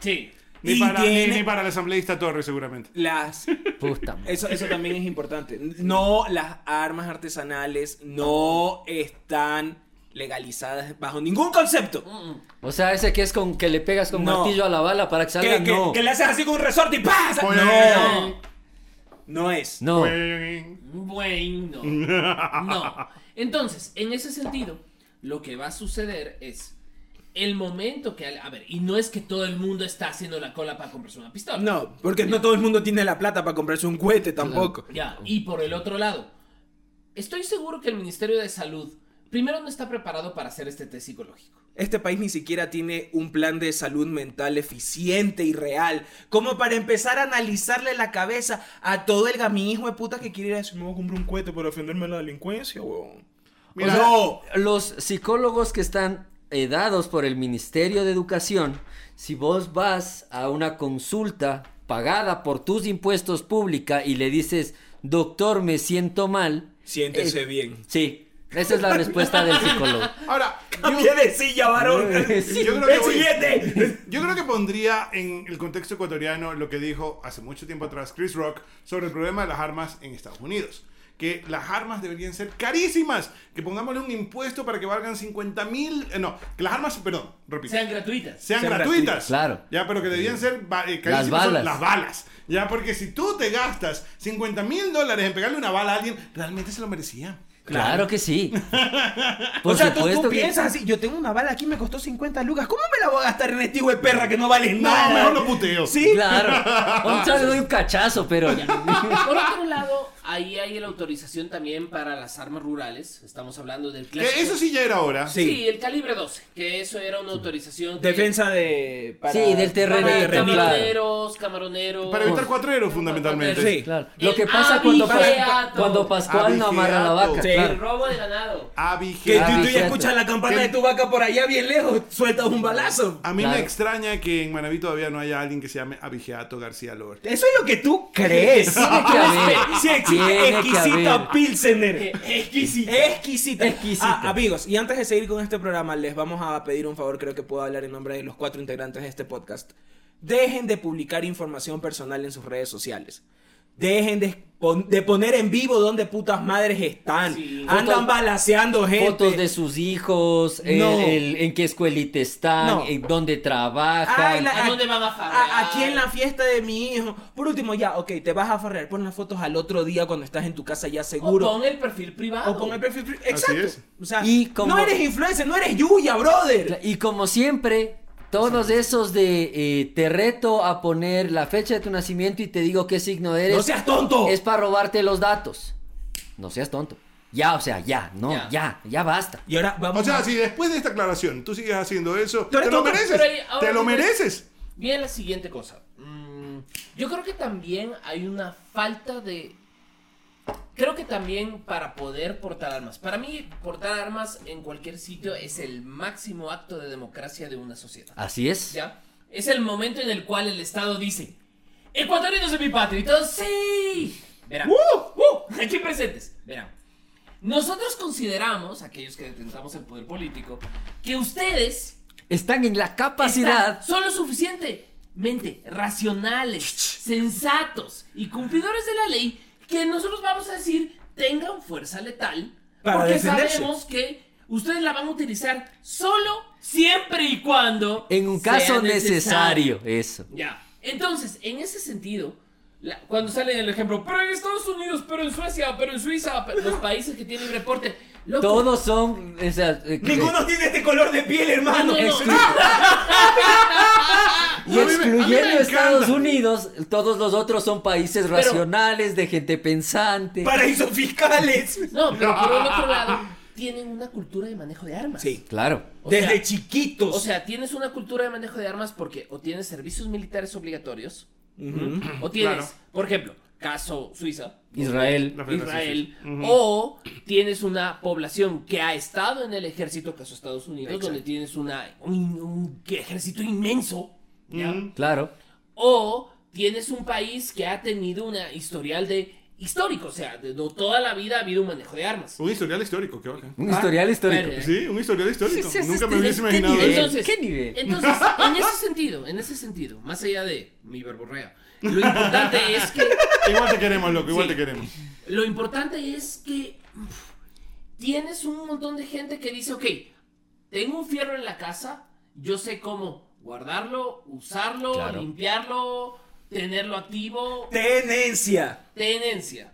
S4: Sí.
S2: Ni
S1: Y
S2: para, ni-
S1: tiene-
S2: ni para el asambleísta Torres, seguramente.
S1: Las.
S3: Puta madre.
S1: Eso, eso también es importante. No, las armas artesanales no están legalizadas bajo ningún concepto.
S4: Mm.
S3: O sea, ese que es con que le pegas con
S1: No.
S3: martillo a la bala para que salga,
S1: Que, que-
S3: no.
S1: que le haces así con un resorte y ¡pasa!
S2: Pues-
S3: Eh,
S1: No, no es.
S3: No.
S4: Bueno. No. Entonces, en ese sentido, lo que va a suceder es el momento que... al- A ver, y no es que todo el mundo está haciendo la cola para comprarse una pistola.
S1: No, porque no todo el mundo tiene la plata para comprarse un cohete tampoco.
S4: Ya, y por el otro lado, estoy seguro que el Ministerio de Salud primero no está preparado para hacer este test psicológico.
S1: Este país ni siquiera tiene un plan de salud mental eficiente y real, como para empezar a analizarle la cabeza a todo el gamín hijo de puta que quiere ir a decir, me voy a comprar un cohete para ofenderme a la delincuencia, weón.
S2: Mira,
S1: O sea, no.
S3: Los psicólogos que están eh, dados por el Ministerio de Educación, si vos vas a una consulta pagada por tus impuestos pública y le dices, doctor, me siento mal.
S1: Siéntese
S3: eh,
S1: bien.
S3: Sí, esa es la respuesta del
S1: [laughs]
S3: psicólogo.
S2: Ahora, yo,
S1: Cambia de silla, varón.
S3: Sí,
S2: yo creo que
S1: el
S2: voy-
S1: siguiente.
S2: [laughs] yo creo que pondría en el contexto ecuatoriano lo que dijo hace mucho tiempo atrás Chris Rock sobre el problema de las armas en Estados Unidos. Que las armas deberían ser carísimas. Que pongámosle un impuesto para que valgan 50 mil. eh, no, que las armas, perdón, repito.
S4: Sean gratuitas.
S2: sean
S1: Sean
S2: gratuitas.
S1: gratuitas,
S3: claro.
S2: Ya, pero que debían ser ba- eh,
S3: Las
S2: carísimas
S3: balas.
S2: son las balas. Ya, porque si tú te gastas 50 mil dólares en pegarle una bala a alguien, realmente se lo merecía.
S3: Claro
S1: [laughs]
S3: que sí. Por
S1: o sea, tú- tú,
S3: supuesto que-
S1: piensas así, yo tengo una bala aquí, me costó 50 lucas, ¿cómo me la voy a gastar en este hijo de perra que no vale
S2: No,
S1: nada?
S2: mejor lo puteo.
S1: Sí.
S3: Claro. Un chavo le doy un cachazo, pero
S1: [laughs]
S4: Por otro lado, ahí hay la autorización también para las armas rurales. Estamos hablando del
S2: Que
S4: clásico.
S2: Eh, eso sí ya era hora.
S1: Sí.
S4: Sí. el calibre 12, que eso era una autorización que-
S1: Defensa de... para-
S3: Sí, del
S4: para
S3: terreno.
S1: para
S3: terrenito, claro.
S4: camaroneros, camaroneros.
S2: Para evitar cuatreros, fundamentalmente.
S1: Sí.
S3: claro.
S4: El
S3: Lo que pasa cuando, pas-
S4: abigeato.
S3: cuando Pascual no amarra la vaca.
S1: Sí.
S4: El
S3: claro.
S4: robo de ganado.
S1: Que
S2: Abigeato.
S1: tú, tú
S3: Claro,
S1: ya
S3: Ah, cierto.
S1: escuchas la campana
S2: Que-
S1: de tu vaca por allá bien lejos, sueltas un balazo.
S2: A mí me
S3: Claro.
S2: extraña que en Manaví todavía no haya alguien que se llame Abigeato García Lor.
S1: Eso es lo que tú crees.
S3: Tiene que haber.
S1: [laughs] Si existe
S3: Tiene que
S1: exquisita
S3: haber.
S1: Pilsener.
S4: Exquisito.
S1: Exquisita.
S3: Exquisita.
S1: Ah, amigos, y antes de seguir con este programa, les vamos a pedir un favor, creo que puedo hablar en nombre de los cuatro integrantes de este podcast. Dejen de publicar información personal en sus redes sociales. Dejen de, pon- de poner en vivo dónde putas madres están.
S4: Sí.
S1: Andan
S3: Fotos-
S1: balaseando gente.
S3: Fotos de sus hijos, el-
S1: No.
S3: el- en qué escuelita están,
S1: No.
S3: en dónde
S1: Ay,
S3: trabajan.
S1: la-
S4: ¿A dónde van a farrear?
S1: Aquí en la fiesta de mi hijo. Por último, ya, ok, te vas a farrear. Pon las fotos al otro día cuando estás en tu casa ya seguro.
S4: O con el perfil privado.
S1: O con el perfil. pri- Exacto.
S2: es.
S1: O sea,
S3: Y como-
S1: no eres influencer, no eres Yuya, brother.
S3: Y como siempre, todos esos de eh, te reto a poner la fecha de tu nacimiento y te digo qué signo eres.
S1: No seas tonto.
S3: Es para robarte los datos. No seas tonto. Ya, o sea, ya, no,
S4: Ya.
S3: ya, ya, basta.
S1: Y ahora vamos.
S2: O sea,
S1: a-
S2: si después de esta aclaración tú sigues haciendo eso,
S1: Tú eres
S2: te lo
S1: tonto.
S2: mereces.
S4: Pero ahí- ahora
S2: Te lo
S4: sí me-
S2: mereces.
S4: Bien, la siguiente cosa. Mm, yo creo que también hay una falta de. Creo que también para poder portar armas. Para mí, portar armas en cualquier sitio es el máximo acto de democracia de una sociedad.
S3: Así es.
S4: ¿Ya? Es el momento en el cual el Estado dice: Ecuatorianos de mi patria. Y todos, ¡sí! Verán. ¡Uh! Aquí presentes. Verán. Nosotros consideramos, aquellos que detentamos el poder político, que ustedes
S3: Están en la
S4: Está-
S3: capacidad.
S4: Son lo suficientemente racionales, sensatos y cumplidores de la ley que nosotros vamos a decir tengan fuerza letal
S1: Para
S4: porque
S1: defenderse.
S4: sabemos que ustedes la van a utilizar solo, siempre y cuando
S3: En un
S4: sea
S3: caso necesario. Eso.
S4: Ya. Entonces, en ese sentido, la- cuando sale el ejemplo, pero en Estados Unidos, pero en Suecia, pero en Suiza, pero los países que tienen reporte, Loco.
S3: Todos son. o sea, eh,
S1: Ninguno tiene este color de piel, hermano.
S4: No, no, no.
S1: Exclu-
S2: Ah.
S3: Y
S2: A mí me- a mí me
S3: excluyendo
S2: encanta.
S3: Estados Unidos, todos los otros son países racionales, de gente pensante.
S1: Paraísos fiscales.
S4: No, pero por el otro lado, tienen una cultura de manejo de armas.
S1: Sí.
S3: Claro.
S4: O
S1: Desde
S4: sea,
S1: chiquitos.
S4: O
S2: Pues
S4: sea, tienes una cultura de manejo de armas porque o tienes servicios militares obligatorios, o tienes,
S2: Claro.
S4: por ejemplo, caso Suiza,
S3: Israel.
S2: La Federación
S4: Israel,
S2: Suiza. Ujú.
S4: o tienes una población que ha estado en el ejército, caso Estados Unidos,
S1: Exacto.
S4: donde tienes una, un, un ejército inmenso, ¿ya?
S2: Mm.
S3: Claro.
S4: o tienes un país que ha tenido una historial de histórico, o sea, de, de toda la vida ha habido un manejo de armas.
S2: Un historial histórico, qué bacán.
S1: Ah,
S3: Un historial histórico.
S4: Pero,
S2: Sí, un historial histórico.
S3: Sí, sí, sí,
S2: Nunca me
S3: sí,
S2: hubiese
S3: ¿qué
S2: imaginado
S3: nivel?
S2: eso.
S4: Entonces,
S3: ¿Qué nivel?
S4: Entonces, en ese sentido, en ese sentido, más allá de mi verborrea, lo importante es que
S2: Igual te queremos, loco, igual
S4: Sí.
S2: te queremos.
S4: lo importante es que uf, tienes un montón de gente que dice, ok, tengo un fierro en la casa, yo sé cómo guardarlo, usarlo,
S3: Claro.
S4: limpiarlo, tenerlo activo,
S1: Tenencia.
S4: tenencia.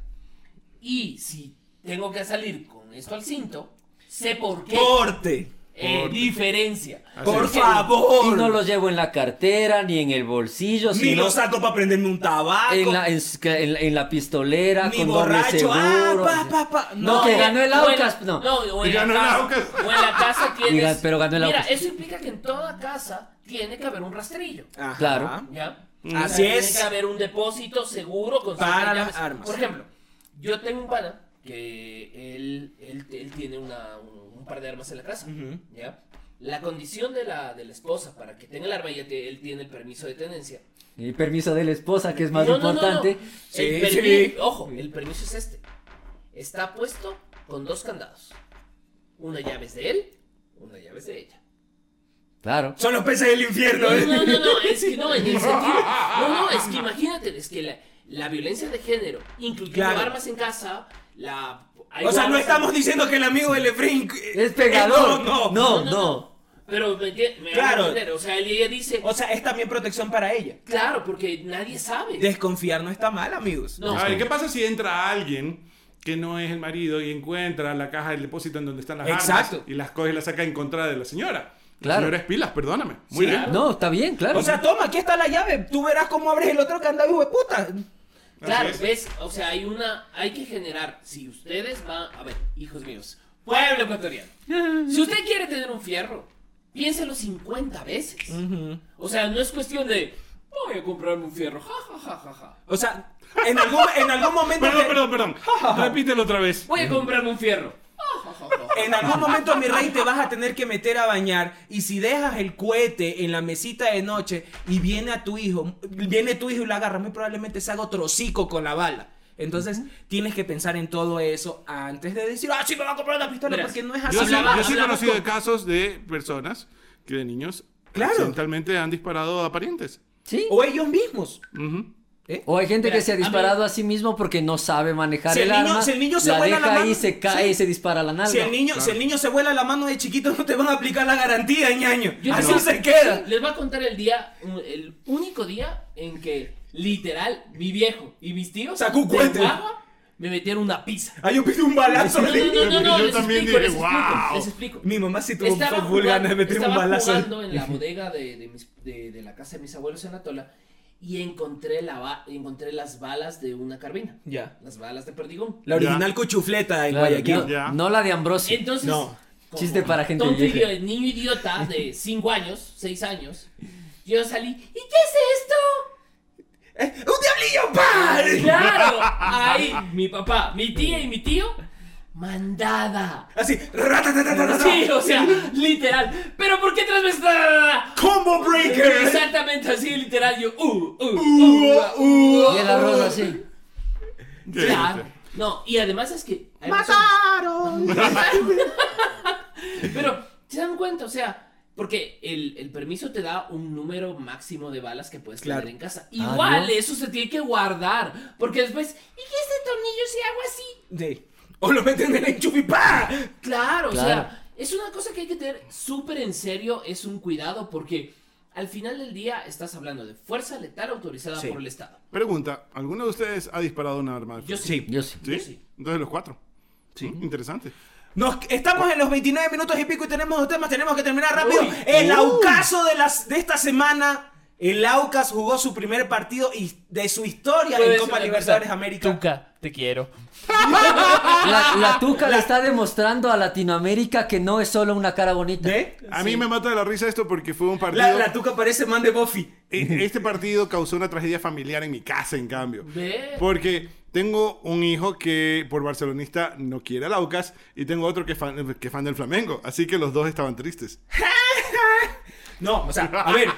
S4: Y si tengo que salir con esto al cinto, sé por qué.
S1: Porte.
S4: Eh,
S2: Por-
S4: diferencia.
S1: Por
S4: Porque-
S1: favor.
S3: Y no los llevo en la cartera, ni en el bolsillo,
S1: Ni
S3: sino
S1: lo saco para prenderme un tabaco.
S3: en la, en, s- que- en la- en la pistolera,
S1: Ni
S3: con doble
S1: borracho.
S3: seguro.
S1: Ah, pa, pa, pa.
S3: No,
S1: No,
S3: que ganó el
S4: o en-
S3: Aucas. No.
S4: o en,
S2: Ganó
S4: la
S2: el
S4: casa,
S2: Aucas.
S4: o en la
S3: [laughs]
S4: casa tienes.
S3: Mira, pero ganó el
S4: Mira,
S3: Aucas.
S4: eso implica que en toda casa tiene que haber un rastrillo.
S1: Ajá.
S3: Claro.
S4: ¿Ya?
S1: Mm.
S4: O sea,
S1: Así es.
S4: Tiene que haber un depósito seguro con
S1: Para
S4: ciertas
S1: las
S4: llaves.
S1: armas.
S4: Por ejemplo, yo tengo un pana que él, él, él tiene una- un, un par de armas en la casa.
S1: Ujú.
S4: ¿Ya? La condición de la, de la esposa para que tenga el arma, ya te- él tiene el permiso de tenencia.
S3: Y permiso de la esposa, que es más
S4: No, no, no, no.
S3: importante.
S4: El
S1: Sí,
S4: permi-
S1: sí.
S4: Ojo, el permiso es este. Está puesto con dos candados. Una llave es de él, una llave es de ella.
S3: Claro.
S1: Son los peces del infierno.
S4: No,
S1: ¿eh?
S4: no, no, no, es que no, en el sentido. No, no, es que imagínate, es que la, la violencia de género, incluyendo
S1: Claro.
S4: armas en casa, la. hay
S1: O sea, no
S4: guardas-
S1: estamos diciendo que el amigo del Efraín eh,
S3: Es pegador.
S1: eh, No, no.
S3: no.
S4: Pero me, enti- me
S1: Claro.
S4: hago entender, o sea, él- ella dice,
S1: O sea, es también protección para ella.
S4: claro, porque nadie sabe.
S1: Desconfiar no está mal, amigos.
S4: No.
S2: A ver, ¿qué pasa si entra alguien que no es el marido y encuentra la caja del depósito en donde están las
S1: Exacto.
S2: armas y las coge y las saca en contra de la señora?
S3: Claro.
S2: La señora es pilas, perdóname. Muy
S4: Sí,
S2: bien.
S4: claro.
S3: No, está bien, claro.
S1: O sea, toma, aquí está la llave. Tú verás cómo abres el otro candado, hijo de puta.
S4: Claro,
S2: Así
S4: ves, o sea, hay una, hay que generar, si ustedes van, a ver, hijos míos, pueblo ecuatoriano, si usted quiere tener un fierro, piénselo 50 veces. O sea, no es cuestión de, voy a comprarme un fierro, ja, ja, ja, ja, ja.
S1: O sea, en algún, en algún momento.
S2: Perdón,
S1: te-
S2: perdón,
S4: [laughs]
S2: perdón. Repítelo otra vez.
S4: Voy a comprarme un fierro. ja, ja, ja, ja.
S1: En algún momento, mi rey, te vas a tener que meter a bañar. Y si dejas el cohete en la mesita de noche y viene a tu hijo, viene tu hijo y lo agarra, muy probablemente se haga otro hocico con la bala. Entonces, tienes que pensar en todo eso antes de decir, ah, sí, me va a comprar una pistola,
S4: Verás,
S1: porque no es así.
S2: Yo sí,
S4: Hablaba-
S2: yo sí he
S4: hablamos
S2: conocido
S4: con-
S2: casos de personas que de niños
S1: Claro.
S2: accidentalmente han disparado a parientes.
S3: sí.
S1: O ellos mismos.
S2: Ujú.
S3: O hay gente que
S4: Mira,
S3: se ha
S4: a mí-
S3: disparado a sí mismo porque no sabe manejar
S1: Si el
S3: el,
S1: niño-
S3: arma.
S1: si el niño se
S3: la
S1: vuela
S3: deja
S1: la mano,
S3: ahí, se cae
S1: sí.
S3: y se dispara la nalga.
S1: Si el, niño, si el niño se vuela la mano de chiquito, no te van a aplicar la garantía, ñaño.
S4: Yo les
S1: Así
S4: voy a-
S1: se queda.
S4: sí, Les voy a contar el día, un- el único día en que, literal, mi viejo y mis tíos
S1: Sacó un
S4: de
S1: cohete.
S4: guagua, me metieron una pizza.
S1: Hay un, Ah, un balazo.
S4: No, no, no, no, no,
S2: Yo
S4: les
S2: también dije,
S4: explico, les explico,
S2: "Wow".
S4: les explico.
S1: Mi mamá sí tuvo
S4: Estaba
S1: full
S4: jugando,
S1: ganas de meter un
S4: estaba
S1: balazo. [laughs]
S4: jugando en la bodega de, de mis- de- de la casa de mis abuelos en Atola y encontré, la, ba- encontré las balas de una carbina.
S1: Ya.
S4: Las balas de perdigón.
S1: La original cuchufleta en
S3: Claro,
S1: Guayaquil.
S3: no,
S2: Ya.
S3: no la de Ambrosio.
S4: Entonces,
S1: No.
S4: como
S3: Chiste para gente
S4: tonto
S3: vieja.
S4: idi- niño idiota de 5 años, 6 años, yo salí, ¿y qué es esto?
S1: ¡Eh, ¡Un diablillo, pa!
S4: Claro,
S1: [laughs]
S4: ahí mi papá, mi tía y mi tío, mandada.
S1: Así, ratatatatatata.
S4: [laughs] Sí, o sea, literal. Pero ¿por qué tres veces?
S1: ¡Combo Breaker!
S4: [laughs] Exactamente así, literal. Yo, uh, uh, uh.
S1: Ua, ua,
S3: Y el arroz
S1: ua.
S3: así.
S4: Claro. No, y además es que. además son-
S1: ¡Mataron!
S4: Pero, ¿se dan cuenta? O sea, porque el, el permiso te da un número máximo de balas que puedes
S1: Claro.
S4: tener en casa.
S3: Ah,
S4: Igual,
S3: ¿no?
S4: eso se tiene que guardar. Porque después, ¿y qué este tornillo si hago así?
S1: Sí. O lo meten en el enchufe, pa.
S4: Claro, o
S3: Claro.
S4: sea, es una cosa que hay que tener súper en serio, es un cuidado porque al final del día estás hablando de fuerza letal autorizada
S1: Sí.
S4: por el Estado.
S2: Pregunta, ¿alguno de ustedes ha disparado un arma? de
S4: Yo
S2: fuego?
S4: sí.
S3: Yo sí.
S2: ¿Sí?
S4: sí.
S2: Entonces los cuatro. Sí. interesante.
S1: Nos, estamos en los 29 minutos y pico y tenemos dos temas, tenemos que terminar rápido.
S4: Uy.
S2: Uh.
S1: el Aucaso de, las, de esta semana. El Aucas jugó su primer partido y- de su historia
S4: Puedo
S1: en
S4: decir
S1: Copa
S4: una
S1: Libertadores
S4: cosa.
S1: América.
S4: Tuca, te quiero.
S1: Ah,
S3: La, la Tuca le está demostrando a Latinoamérica que no es solo una cara bonita.
S1: ¿Ve?
S2: A mí me mata de la risa esto porque fue un partido.
S1: ¿Eh? La, la Tuca parece man de Buffy. [laughs]
S2: E- Este partido causó una tragedia familiar en mi casa, en cambio.
S4: Ve.
S2: Porque tengo un hijo que por barcelonista no quiere al Aucas y tengo otro que fan, que fan del Flamengo. Así que los dos estaban tristes.
S1: No, o sea, a ver.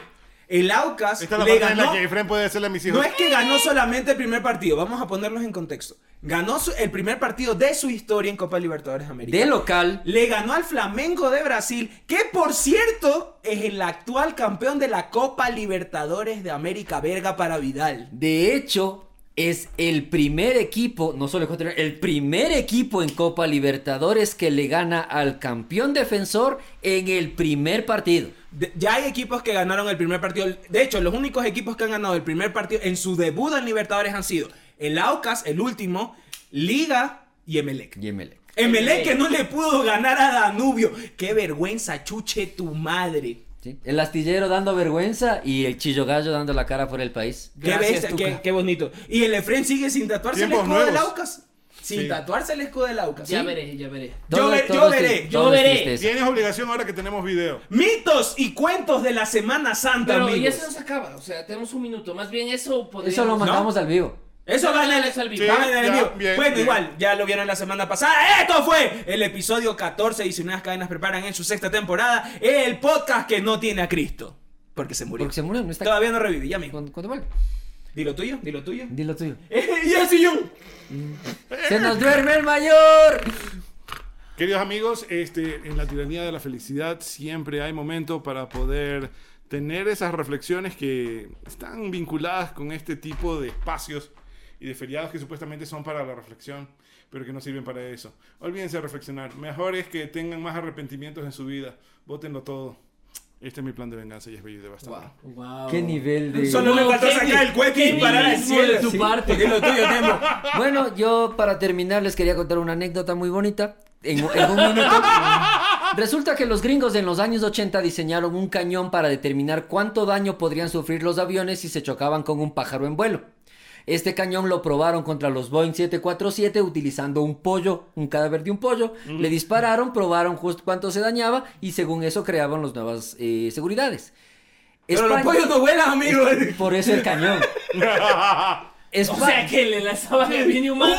S1: El Aucas
S2: Esta es la
S1: le
S2: parte en
S1: ganó
S2: la que Efren puede hacerle a mis hijos.
S1: No es que ganó solamente el primer partido, vamos a ponerlos en contexto. Ganó su- el primer partido de su historia en Copa Libertadores América.
S3: De local.
S1: Le ganó al Flamengo de Brasil, que por cierto es el actual campeón de la Copa Libertadores de América Verga para Vidal.
S3: De hecho, es el primer equipo, no solo ecuatoriano, el primer equipo en Copa Libertadores que le gana al campeón defensor en el primer partido.
S1: De- ya hay equipos que ganaron el primer partido. De hecho, los únicos equipos que han ganado el primer partido en su debut en Libertadores han sido el Aucas, el último, Liga y Emelec.
S3: Y Emelec.
S1: Emelec E que no le pudo ganar a Danubio. Qué vergüenza, chuche tu madre.
S3: ¿sí? El astillero dando vergüenza y el chillo gallo dando la cara por el país.
S1: Qué
S4: Gracias,
S1: bestia,
S4: Tuca.
S1: qué, qué bonito. Y el Efren sigue sin tatuarse el
S2: Tiempos
S1: escudo del
S2: nuevos.
S1: Aucas. Sin
S2: Sí.
S1: tatuarse el escudo del Aucas.
S4: Ya
S1: ¿sí?
S4: veré, ya veré.
S1: Yo
S3: Todo-
S1: ve-
S3: todo
S1: yo
S3: es tri-
S1: veré,
S4: yo
S3: todo es
S4: veré.
S3: tristeza.
S2: Tienes obligación ahora que tenemos video.
S1: Mitos y cuentos de la Semana Santa,
S4: Pero ya
S1: amigos.
S4: se nos acaba, o sea, tenemos un minuto. Más bien eso podríamos...
S3: Eso lo mandamos al vivo.
S1: Eso
S4: No,
S1: va en
S4: no,
S1: el,
S4: no, es al vivo.
S1: va en el
S2: Sí,
S1: enemigo.
S2: ya, bien,
S1: bueno,
S2: bien.
S1: igual, ya lo vieron la semana pasada. Esto fue el episodio 14 y si unas cadenas preparan en su sexta temporada el podcast que no tiene a Cristo. Porque se murió.
S3: Porque se murió, no está
S1: Todavía no revive, ya mismo.
S3: cuando, cuando vuelve.
S1: Dilo tuyo, dilo
S3: [laughs]
S1: tuyo.
S3: Dilo tuyo.
S1: y así yo.
S3: ¡Se nos duerme el mayor!
S2: Queridos amigos, este, en la tiranía de la felicidad siempre hay momento para poder tener esas reflexiones que están vinculadas con este tipo de espacios y de feriados que supuestamente son para la reflexión, pero que no sirven para eso. Olvídense de reflexionar. Mejor es que tengan más arrepentimientos en su vida. Vótenlo todo. Este es mi plan de venganza y es bello de bastante.
S4: Wow.
S3: ¿Qué nivel de.?
S1: Solo le
S4: Wow,
S1: faltó
S4: qué
S1: sacar el cueque y
S4: qué
S1: parar al
S4: nihilismo de
S1: cielo.
S4: tu
S1: Sí,
S4: parte.
S1: Dilo tuyo, [laughs] Temo.
S3: Bueno, yo para terminar les quería contar una anécdota muy bonita. En, en
S1: [laughs]
S3: un minuto. Resulta que los gringos en los años 80 diseñaron un cañón para determinar cuánto daño podrían sufrir los aviones si se chocaban con un pájaro en vuelo. Este cañón lo probaron contra los Boeing 747 utilizando un pollo, un cadáver de un pollo. Le dispararon, probaron justo cuánto se dañaba y según eso creaban las nuevas eh, seguridades.
S1: Pero los
S3: España-
S1: pollos no vuelan, [laughs] amigo.
S3: Por eso el
S4: [laughs]
S3: cañón.
S4: O
S3: Espa-
S4: sea, que le lanzaba la bien humana.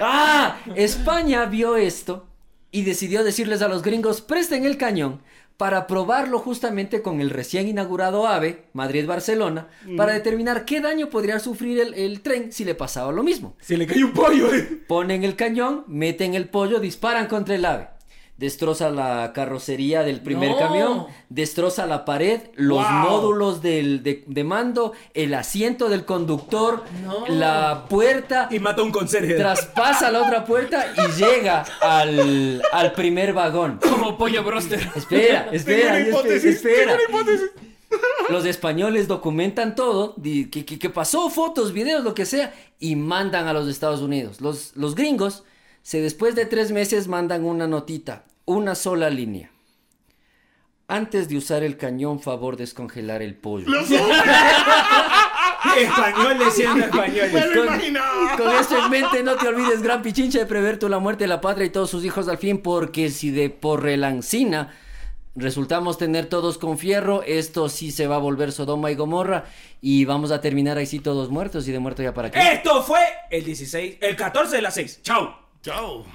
S3: ¡Ah! España vio esto y decidió decirles a los gringos, presten el cañón para probarlo justamente con el recién inaugurado AVE, Madrid-Barcelona, para
S4: Mm.
S3: determinar qué daño podría sufrir el, el tren si le pasaba lo mismo.
S1: Se le cayó un pollo. eh.
S3: Ponen el cañón, meten el pollo, disparan contra el AVE. Destroza la carrocería del primer
S4: No.
S3: camión, destroza la pared, los
S2: Wow.
S3: módulos del, de, de mando, el asiento del conductor,
S4: No.
S3: la puerta
S1: Y mató a un conserje.
S3: traspasa la otra puerta y llega al, al primer vagón.
S4: Como pollo broster.
S3: Espera, espera,
S2: Tengo una
S3: espera,
S2: hipótesis,
S3: espera.
S2: tengo una hipótesis.
S3: Los españoles documentan todo, di- que, que- que pasó, fotos, videos, lo que sea, y mandan a los Estados Unidos. Los, los gringos, se, después de tres meses, mandan una notita, una sola línea. Antes de usar el cañón, favor descongelar el pollo.
S2: [laughs]
S1: Españoles siendo
S2: Me
S1: [laughs] españoles.
S2: lo imaginaba.
S3: Con esto en mente, no te olvides, gran pichincha, de prever tú la muerte de la patria y todos sus hijos al fin, porque si de por relancina resultamos tener todos con fierro, esto sí se va a volver Sodoma y Gomorra y vamos a terminar ahí sí todos muertos y de muerto ya para qué.
S1: Esto fue el 16, el 14 de las 6. Chao.
S2: Chao.